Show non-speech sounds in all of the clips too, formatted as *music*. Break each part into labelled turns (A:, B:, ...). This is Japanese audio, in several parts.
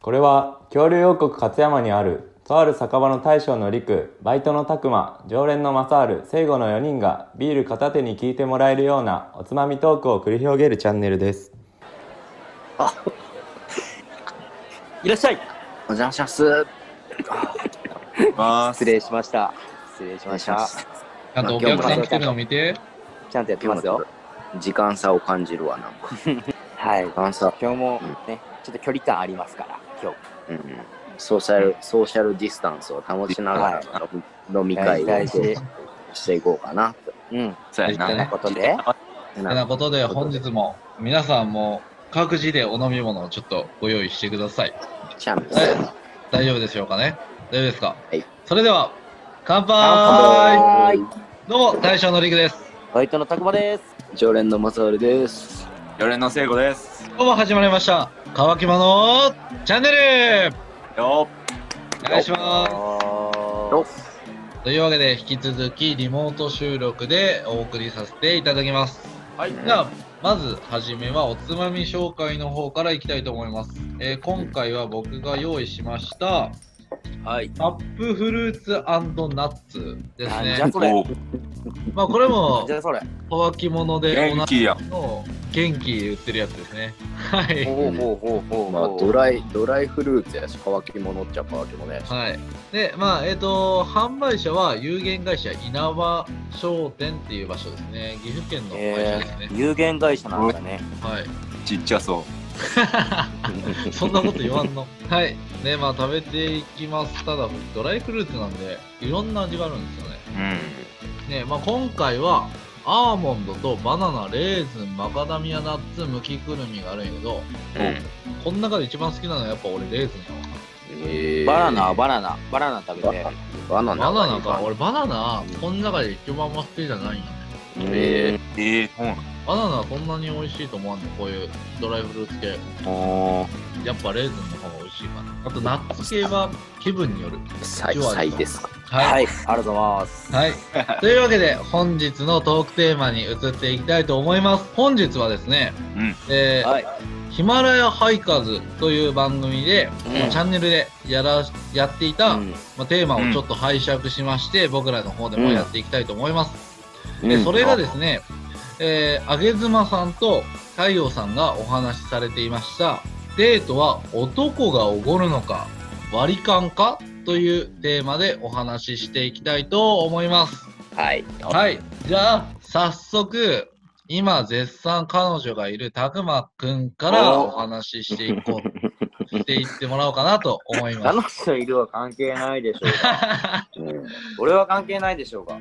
A: これは恐竜王国勝山にあるとある酒場の大将の陸バイトの拓磨常連の正ル聖護の4人がビール片手に聞いてもらえるようなおつまみトークを繰り広げるチャンネルです
B: あ、
C: いらっしゃい
B: お邪魔します。
D: まあ、
B: 失礼しました。失礼しました。
E: ちゃんとお客さん来てるの見て。
B: ちゃんとやってますよ。
D: 時間差を感じるわ、なんか。
B: はい。
D: 時間差。
B: 今日もね、ちょっと距離感ありますから、今日。
D: うん。ソーシャル、ソーシャルディスタンスを保ちながら飲み飲み会を
B: 大事大事
D: していこうかな。
B: うん。
D: そう
E: やな
B: ということで、
D: て
E: てなことで、本日も皆さんも各自でお飲み物をちょっとご用意してください。
D: チャンピオン。
E: はい。大丈夫でしょうかね大丈夫ですか
D: はい。
E: それでは、乾
B: 乾
E: 杯
B: 杯
E: どうも、大将のりくです。
B: バイトのたくまです。
D: 常連のマサールです。
C: よれのせいごです
E: どうも始まりました。乾きまのチャンネル
C: よ
E: お願いします。
B: お
E: というわけで引き続きリモート収録でお送りさせていただきますはいじゃあまずはじめはおつまみ紹介の方からいきたいと思います、えー今回は僕が用意しました
D: はい。
E: アップフルーツナッツです
B: なんじゃ
E: ね
B: それ。
E: まあこれも
B: じゃあそれ。
E: 乾き物でおな
C: 元気や
E: じの元気で売ってるやつですねはい
B: ほうほうほうほう
D: まあ、
B: ほう。
D: ドライ、ドライフルーツやし、乾き物っちゃ乾き物やし。
E: はい。で、まあ、えっ、と、販売者は有限会社稲葉商店っていう場所ですね。岐阜県の会社
B: え
E: ですね。
B: ー、有限会社なんだね。
E: はい。
C: ちっちゃそ
E: *laughs* そんなこと言わんの。はい。ね、まあ食べていきます。ただ、ドライフルーツなんで、いろんな味があるんですよね。
C: ううん
E: ね、まあ今回は、アーモンドとバナナ、レーズン、マカダミアナッツ、むきくるみがあるんやけど、この中で一番好きなのはやっぱ俺レーズンや
D: えー
B: バナナ、バナナ、バナナ食べ
D: バ
B: て。
D: ナバナナ
E: わ。バナ
D: がい
E: ナ
D: いか
E: か。俺バナナ、この中で一番好きじゃないんやね。
D: え
C: ええそうな
E: バナナこんなに美味しいと思わんのこういうドライフルーツ系。
D: ー、も
E: やっぱレーズンの方が美味しいかな。あとナッツ系は気分による。
D: う、サイ、サイですか。
E: は。
B: はいい、ありがとうございます。
E: はい。 *laughs* というわけで、本日のトークテーマに移っていきたいと思います。本日はですね、
C: うん
E: えー
B: はい
E: ヒマラヤハイカーズという番組で、
B: うん
E: チャンネルでやら、やっていた、
B: うん
E: まあ、テーマをちょっと拝借しまして、僕らの方でもやっていきたいと思います。でそれがですね、えー、あげずまさんと太陽さんがお話しされていました、デートは男がおごるのか、割り勘かというテーマでお話ししていきたいと思います。
D: はい。
E: はい。じゃあ、早速、今絶賛彼女がいるたくまくんからお話ししていこう、していってもらおうかなと思い
B: あ
E: ます。
B: の人いるは関係ないでしょうか。
D: うん
B: 俺は関係ないでしょうか。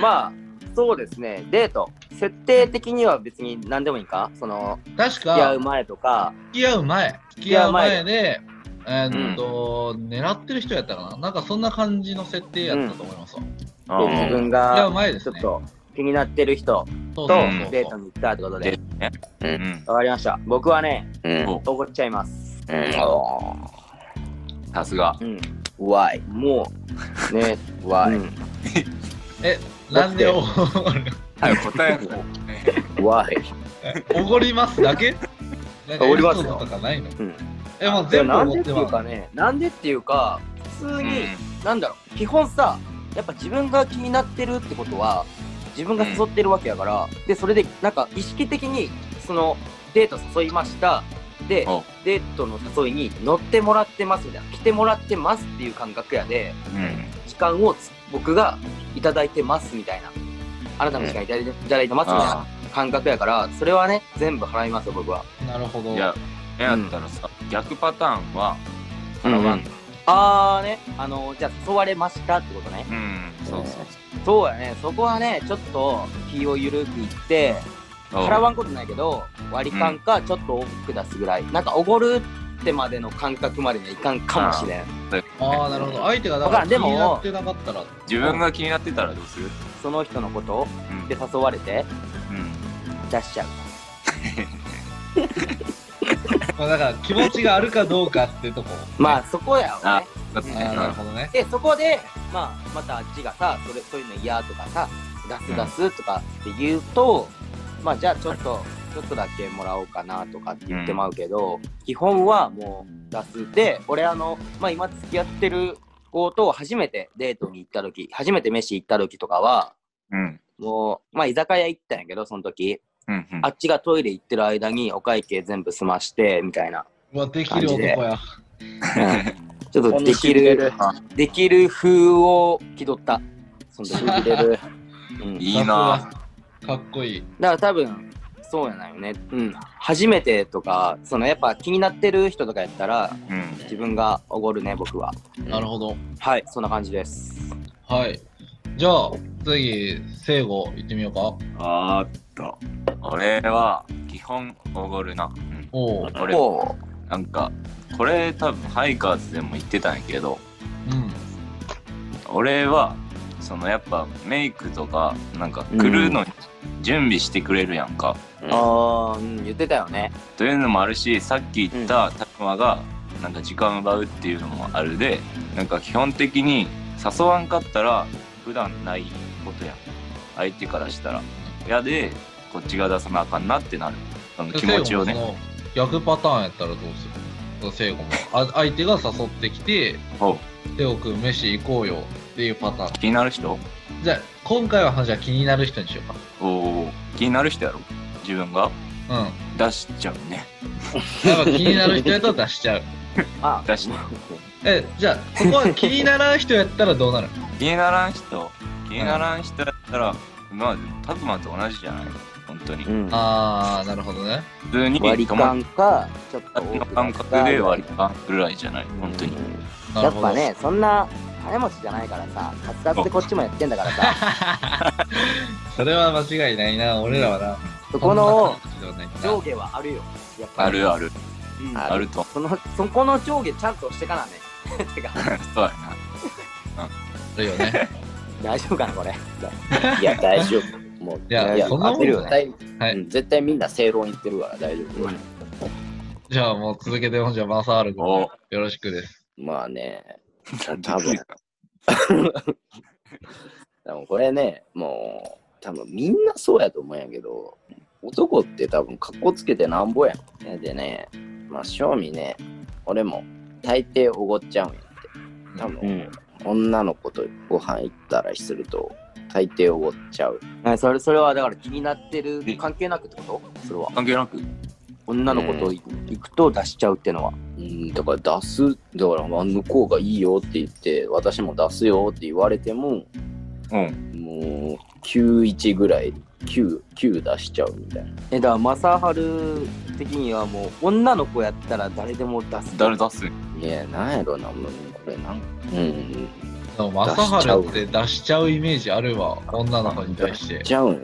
B: まあ、そうですね、デート。設定的には別に何でもいいか。その、
E: 確
B: 付き合
E: か
B: う、前とか、
E: 付き合う前、付き
B: き
E: 合
B: 合
E: う
B: う
E: 前
B: 前
E: で、えーっと、狙ってる人やったかななんかそんな感じの設定やったと思いますわ。付
B: で自分
E: き合
B: が
E: う前で
B: ち
E: す
B: ょっ
E: ね。
B: と気になってる人
E: そう
B: と
E: そう
B: デートに行ったってことで
C: で、うん
B: わかりました。僕はね、
D: うん。
C: お
B: 怒っちゃいます。
D: うん。おー
C: さすが
B: うん。
D: Why?
B: もう、ね、う
D: Why?
B: ん
E: そうなんでお *laughs* ごる
C: はい答えを
D: Why?
E: おごりますだけなんか
B: おごりますよ
E: エピソードとかないの
B: うん
E: え、もう全部
B: な
E: お
B: ん
E: ご
B: で
E: っ
B: って
E: て
B: いう
E: ま
B: かね、なんでっていうか、普通に、なんだろう、基本さ、やっぱ自分が気になってるってことは、自分が誘ってるわけやから、で、それで、なんか意識的に、その、デート誘いました。で
C: お、
B: デートの誘いに乗ってもらってますみたいな、来てもらってますっていう感覚やで、
C: うん
B: 時間をつ僕がいただいてますみたいな、あなたの時間いただいていただいてますみたいな
C: あ
B: 感覚やから、それはね、全部払いますよ、僕は。
E: す。なるほど。
C: いややったらさ逆パターンは
B: うん
C: 払わん
B: あーね、あの、じゃあ誘われましたってことね。
C: うんそうそう
B: そうやね、そこはね、ちょっと気を緩くいって、
C: そう
B: 払わんことないけど、割り勘かちょっと多く出すぐらい。なんかおごるってまでの感覚までにはいかんかもしれん。
E: ああ、なるほど。相手がだ
B: わ
E: か
B: かららん
E: 気
B: でも
E: になってなかったら。
C: 自分が気になってたらどうする
B: その人のこと
C: うん
B: で誘われて
C: うん
B: 出しちゃう。
E: まあだから気持ちがあるかどうかって
B: *laughs*
E: とこ。
B: ま
E: あ
B: あそこやわね。
C: だって
E: ー、
C: ね
E: なるほどね。
B: で、そこで、まあ、またあっちがさ、それ、そういうの嫌とかさ、出す出すとかって言うと、まあじゃあちょっと、ちょっとだけもらおうかなとかって言ってまうけど、基本はもう出すで俺あの、まあ、今付き合ってる子と初めてデートに行った時初めて飯行った時とかは
C: うん。
B: もう、まあ、居酒屋行ったんやけどその時
C: うんうん
B: あっちがトイレ行ってる間にお会計全部済ましてみたいな、
E: うわ、できる男や。
B: *laughs* ちょっとできるできる風を気取ったその時、
D: 入れる。
B: うん
C: いいな
E: かっこいい。
B: だから多分そうやないよね、うん、初めてとかそのやっぱ気になってる人とかやったら
C: うん。
B: 自分がおごるね僕は
E: なるほど。
B: はいそんな感じです
E: はい。じゃあ、次、聖護行ってみようか。
C: あーっと。俺は、基本、おごるな。うん
E: おう。
C: 俺、
B: おう
C: なんか、これ多分、ハイカーズでも言ってたんやけど、
E: うん。
C: 俺は、そのやっぱ、メイクとか、なんか、来るのに準備してくれるやんか。
B: あー、うん、言ってたよね
C: というのもあるしさっき言ったたくまがなんか時間奪うっていうのもあるでなんか基本的に誘わんかったら普段ないことやん相手からしたらやでこっちが出さなあかんなってなるその気持ちを
E: 聖
C: ね
E: 護もその逆パターンやったらどうする聖護も。あ相手が誘ってきて、
C: お
E: 聖護君飯行こうよっていうパター
C: 気になる人
E: ン。じゃあ、今回はじゃあ気になる人にしよう
C: おお気になる人やろ自分が
E: か。うん。
C: 出しちゃうね
E: やっぱ気になる人やったら出しちゃう。
B: あ
C: 出し
E: え、じゃあ、そこは気にならん人やったらどうなる
C: 気にならん人気にならん人やったら、まあたくまと同じじゃない本当に
D: うん。
E: あー、なるほどね。
C: 普通に
B: 割り
C: 友
B: 勘かちょっと
C: 達
B: 多
C: の
B: くな
C: 感
B: るか
C: 覚で割り勘ぐらいじゃない本当に
E: な
B: や
E: る
B: っ
E: ほど。
B: ぱねそんな金持ちじゃないからさカツカツでこっちもやってんだからさ
C: *laughs*
E: それは間違いないな、俺らはな。
B: そこの
E: そんな感じでは
B: 上
E: ない
B: 下はあるよやっぱ
C: あ
B: り、
C: るある
B: うん
C: あると
B: そのそこの上下ちゃんとしてからねてか
C: そうやな。
E: あるよね。
B: 大丈夫かなこれ
D: *laughs* いや、大丈夫。もう、
E: いや
B: そんなもん
D: 合ってるよね。
E: はい
D: うん絶対みんな正論言ってるから大丈夫。
E: じゃあもう続けて、ほんじゃ、マサール君、
C: お
E: よろしくです。
D: まあね、多分。でもこれね、もう、多分みんなそうやと思うんやけど、男って多分格好つけてなんぼやん。でね、まあ正味ね、俺も大抵おごっちゃうんやって。多分、女の子とご飯行ったらすると、大抵おごっちゃう。
B: えそれそれはだから気になってる関係なくってことそれは
C: 関係なく。
B: 女の子とい行くと出しちゃうってのは
D: うん、だから出す、だからまあ向こうがいいよって言って、私も出すよって言われても、
C: うん。
D: もう91ぐらい、9、9出しちゃうみたいな。
B: えだから正治的にはもう女の子やったら誰でも出す
C: 誰出す
D: いや、なんやろな、もうこれなんうん、
E: でも、マサールって出しちゃうイメージあるわ、女の子に対して
D: 出し。ちゃうんやっ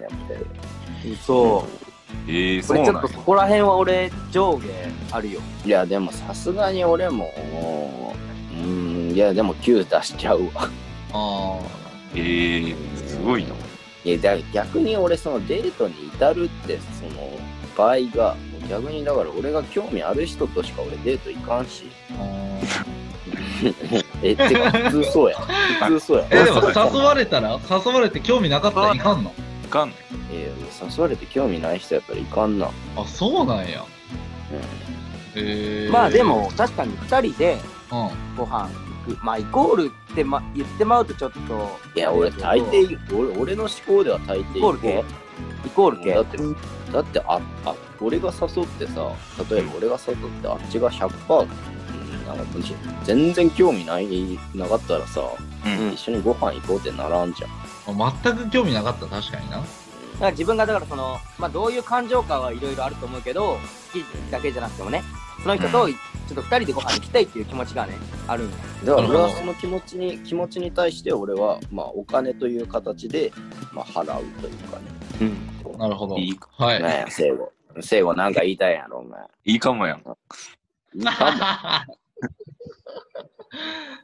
D: て。
B: そ
C: ええ
B: う
C: そ
B: これ
C: う
B: ちょ
C: な
B: っ
C: ん
B: と
C: や
B: そこら辺は俺上下あるよ
D: いや、でもさすがに俺も、うん、いや、でも9出しちゃうわ。 *laughs*
E: あ
C: ええすごいな。
D: いや、だから逆に俺、そのデートに至るって、その場合が、逆にだから俺が興味ある人としか俺デート行かんし。
E: ーあー。
D: え、ってか普通そう
E: *laughs*
D: や。普通そうや。
E: え、でも、誘われたら、誘われて興味なかったらいかんの
C: いかんない。
D: えー誘われて興味ない人やったらいかんな。
E: あ、そうなんや。えー、
B: まあで、も確かに2人で
E: うん。
B: ご飯行くまあイコールって、ま、言ってまうとちょっと
D: いや、俺、大抵、俺俺の思考では大抵
B: イコール系イコール系
D: だって、だってああ、俺が誘ってさ、例えば俺が誘って、あっちが100%、うん、なんかむしろ全然興味ないなかったらさ、
C: うん
D: 一緒にご飯行こうってならんじゃん。
E: 全く興味なかった確かにな
B: だから自分がだからその、まあ、どういう感情かはいろいろあると思うけど好きだけじゃなくてもねその人とちょっと2人でご飯行きたいっていう気持ちがねあるんだ
D: だから俺
E: なるほ
D: は
E: ど
D: その気持ちに、気持ちに対して俺は、まあ、お金という形で、まあ、払うというかね。
E: なるほど
C: いい
E: はい、
D: ねえ、聖護。聖護なんか言いたいやろ、お前。
C: いいかもやん。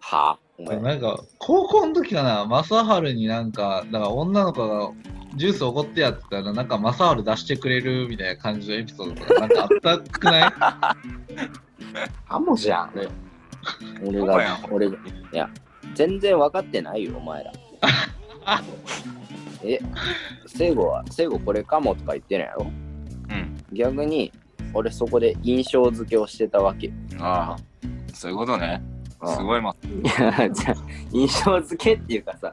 D: はお前。
E: なんか高校の時かな正治になんかだから女の子がジュースおごってやってたらなんか正治出してくれるみたいな感じのエピソードとかなんかあったくない
B: あもじゃん
D: 俺
C: お前
D: が、俺が、いや、全然分かってないよ、お前ら。え、聖護は、聖護これかもとか言ってるやろ
C: うん。
D: 逆に俺そこで印象付けをしてたわけ。
C: ああ、そういうことね。
D: うん
C: すごいま、
B: いや
D: *laughs*
B: じゃあ印象付けっていうかさ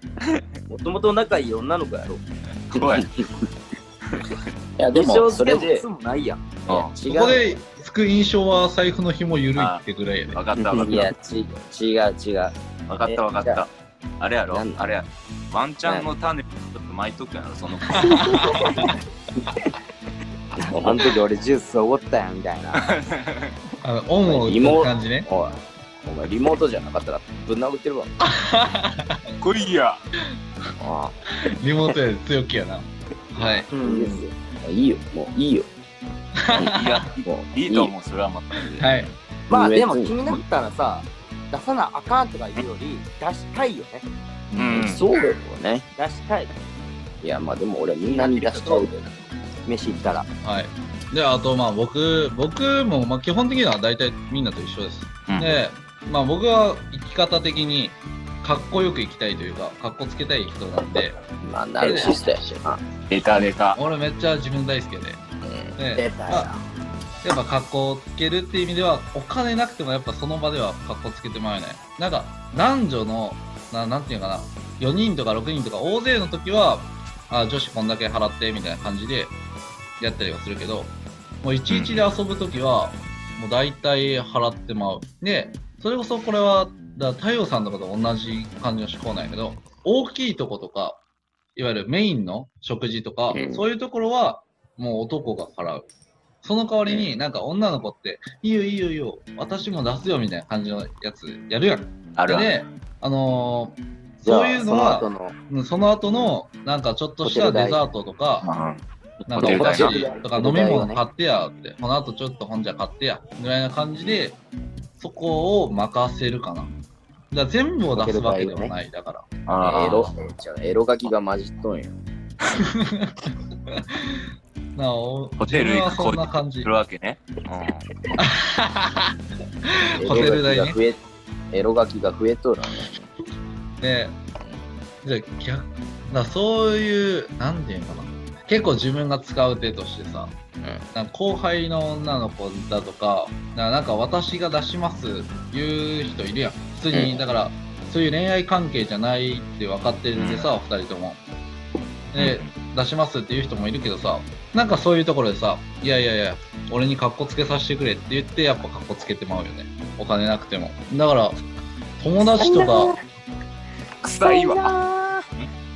B: もともと仲いい女の子やろ
C: すごい。
D: いやで
B: 印象
D: もそ
B: 付け
D: れ
B: もク
D: で
B: ソもないやん
C: う
D: 違
E: そうこでつく印象は財布の紐緩いってぐらいやで
C: ん。。わかったわか
D: いや
C: っ
D: ち違う違う。
C: た。わかったわかっ
D: えじゃ
C: た。あれやろ
D: なんだ
C: あれや。ワンチャンの種ちょっと巻いとくやろ、その子。
D: あの時俺ジュースおごったやんみたいな。
E: あの、オンを打つ感じね。
D: おい、お前リモートじゃなかったらぶん殴ってるわ。
C: 来いや。
D: あ
E: リモートやで強気やな。はい。
B: う
D: あ、いいですよ。もういいよ、もういいよ。
C: いや、
D: もう
C: いいと思う、それはまた。
E: はい。
B: まあ
D: 別
B: でも気
D: に
B: になったらさ出さなあかんとか言うより出したいよね
C: うん。
D: そうよね。
B: 出したい
D: いや、まあでも俺みんなに出したいけど。
B: 飯行ったら
E: はい。で、あと、まあ、僕、僕も、まあ、基本的には大体みんなと一緒です。
C: うん
E: で、まあ、僕は生き方的に、かっこよく生きたいというか、かっこつけたい人なんで、
D: まあナルシストやしな。
C: 出た出た。
E: 俺めっちゃ自分大好きやで。
D: 出
E: で、
D: た
E: ま
D: よ
E: あ、やっぱ格好つけるっていう意味ではお金なくてもやっぱその場では格好つけてもらえないなんか男女のななんていうかな4人とか6人とか大勢の時はあ女子こんだけ払ってみたいな感じでやったりはするけどもう11で遊ぶ時はもう大体払ってまうでそれこそこれはだ太陽さんとかと同じ感じの思考なんやけど大きいとことかいわゆるメインの食事とか、
D: うん
E: そういうところはもう男が払うその代わりになんか女の子って「いいよいいよいいよ私も出すよ」みたいな感じのやつやるやん。
C: あるある。
E: であのー
D: じゃあ
E: そういうのは
D: その後の
E: うんその後のなんかちょっとしたデザートとか、なんかお菓子とか飲み物買ってやって、この後ちょっと本じゃ買ってやぐらいな感じで、そこを任せるかな。だから全部を出すわけではない、だから。
C: うんあ
D: エロ、じゃあエロガキが混じっとんよ。
E: なお
C: ホテル
E: 自分
C: 行
E: は
C: く
E: そんな感じ
C: する。わけね。うん
E: ホテル代ね
D: エロガキが増えエロガキが増えとるわね。
E: で、じゃあ逆、だからそういう、なんていうのかな。結構自分が使う手としてさ、なんか後輩の女の子だとか、ななんか私が出します言う人いるやん。普通に、
D: うん
E: だから、そういう恋愛関係じゃないって分かってるんでさ、二、人とも。で、出しますっていう人もいるけどさ、なんかそういうところでさ、いやいやいや、俺にカッコつけさせてくれって言って、やっぱカッコつけてまうよね。お金なくても。だから、友達とか、
C: 臭いわ。
B: わ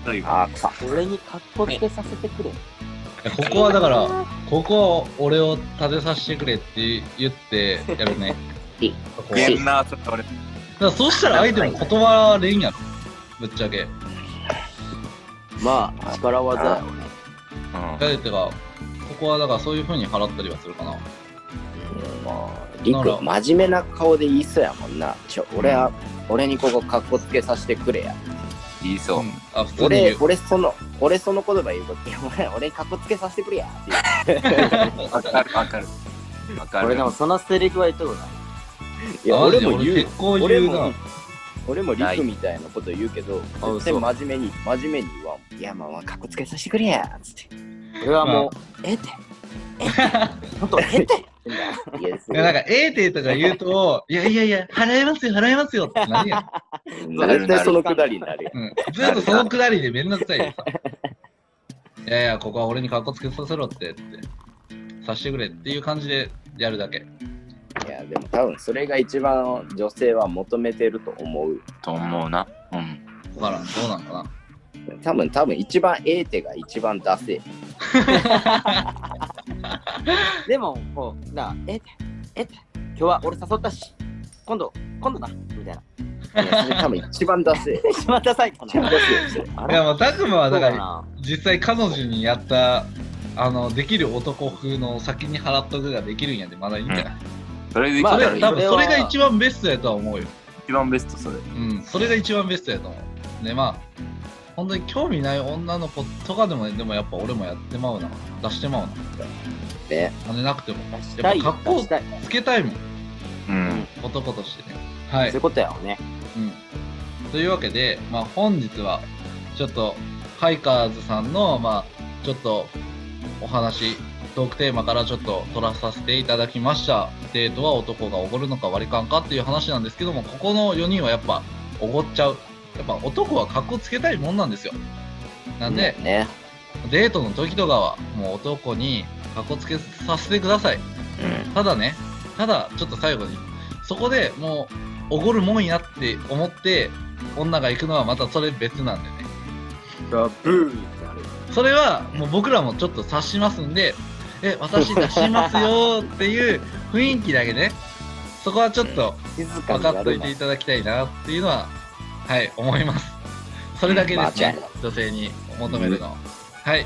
C: 臭いわ。
D: ああ、か。
B: 俺に格好つけさせてくれ
E: いやここはだから、ここは俺を立てさせてくれって言ってやるね。
D: い
E: ここは
C: 食えんな、ちょっと俺。
E: だからそうしたら相手も断れんやろ。ぶっちゃけ。
B: ま
D: あ力技やよね。
C: う
E: だってか、ここはだからそういう風に払ったりはするかな。
D: まあ、リ
E: なら
D: ク、真面目な顔で言いそうやもんな。ちょ、俺は、俺にここかっこつけさせてくれや。
C: んいいそう。
E: あ、普通に言
D: 俺
E: う、。
D: 俺その、俺その言葉言うこと、いや、お前俺にかっこつけさせてくれや。っていう
C: わかるわかる。わか
B: あ
C: る。
B: 俺でもそのセリフは言っとるない
D: や、
E: マジ
D: 俺
E: で
D: も言う。
E: 結構
D: 俺
E: 言う
D: も
E: な。、
D: 俺もリクみたいなこと言うけど、
B: あ
D: 絶対真面目に、真面目に言わんもん。いや、まあまあ、かっこつけさせてくれや。つって。
B: 俺はもう
D: えって。
B: 本当えって
D: いや、そ
E: いやなん
D: う
E: か、ええてとか言うと、いやいやいや、払いますよ、払いますよってなるやん。
D: 絶対そのくだりになるよ。
E: うんずっとそのくだりでめんどくさいよさ。いやいや、ここは俺に格好つけさせろってって、さしてくれっていう感じでやるだけ。
D: いや、でも多分それが一番女性は求めてると思う。
C: と思うな。うん。
E: わからん、どうなんかな。
D: 多分多分一番ええ手が一番出せ。
B: でもこうなあえってえって今日は俺誘ったし今度今度なみたいな
D: いやそれ多分一番ダセえ。
B: しまった最後
D: 一番
B: な
D: ダセえよ。
B: あ
E: い
B: れ
E: や、もう、たくまは
B: そ
E: だ
B: うか
E: か、
B: らな
E: 実際彼女にやった、あの、できる男風の先に払っとくができるんやで、まだいいんじゃない、
C: それで一
B: まあ
E: そ
C: 番
E: れ多分それ
B: それ
E: が
B: は
E: 一番ベストやとは思うよ。
C: 一番ベスト、それ。
E: うん、それが一番ベストやと思う。で、まあ、本当に興味ない女の子とかでも、でもやっぱ俺もやってまうな。出してまうな。
D: ね
E: 金なくても。
B: 出したい
E: やっぱ格好
B: 出したい
E: つけたいもん。
C: うん。
E: 男としてね。は
B: そう
E: い
B: いう。ことやろうね
E: うん、というわけで、まあ、本日はちょっとハイカーズさんの、まあ、ちょっとお話トークテーマからちょっと取らさせていただきました。デートは男がおごるのか割り勘かっていう話なんですけども、ここの4人はやっぱおごっちゃう。やっぱ男は格好つけたいもんなんですよ。なんで、
D: ね。
E: デートの時とかはもう男に格好つけさせてください。
D: うん。
E: ただね、ただちょっと最後に、そこでもうおごるもんやって思って女が行くのはまたそれ別なんでね。
D: ダブーってある。
E: それはもう僕らもちょっと察しますんで、え、私出しますよっていう雰囲気だけね、そこはちょっと
D: 静か
E: 分
D: に
E: か
D: や
E: っと
D: る
E: い
D: な
E: ていただきたいなっていうのは、はい、思います。それだけですね
D: うん間違いない、
E: 女性に求めるの。はい。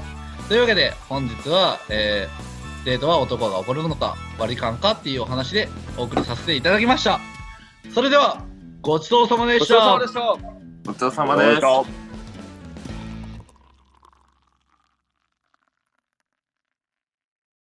E: というわけで、本日は、えーデートは男が怒るのか、割り勘かっていうお話でお送りさせていただきました。それでは、ごちそうさまでした。
B: でした。
F: ごちそうさまです。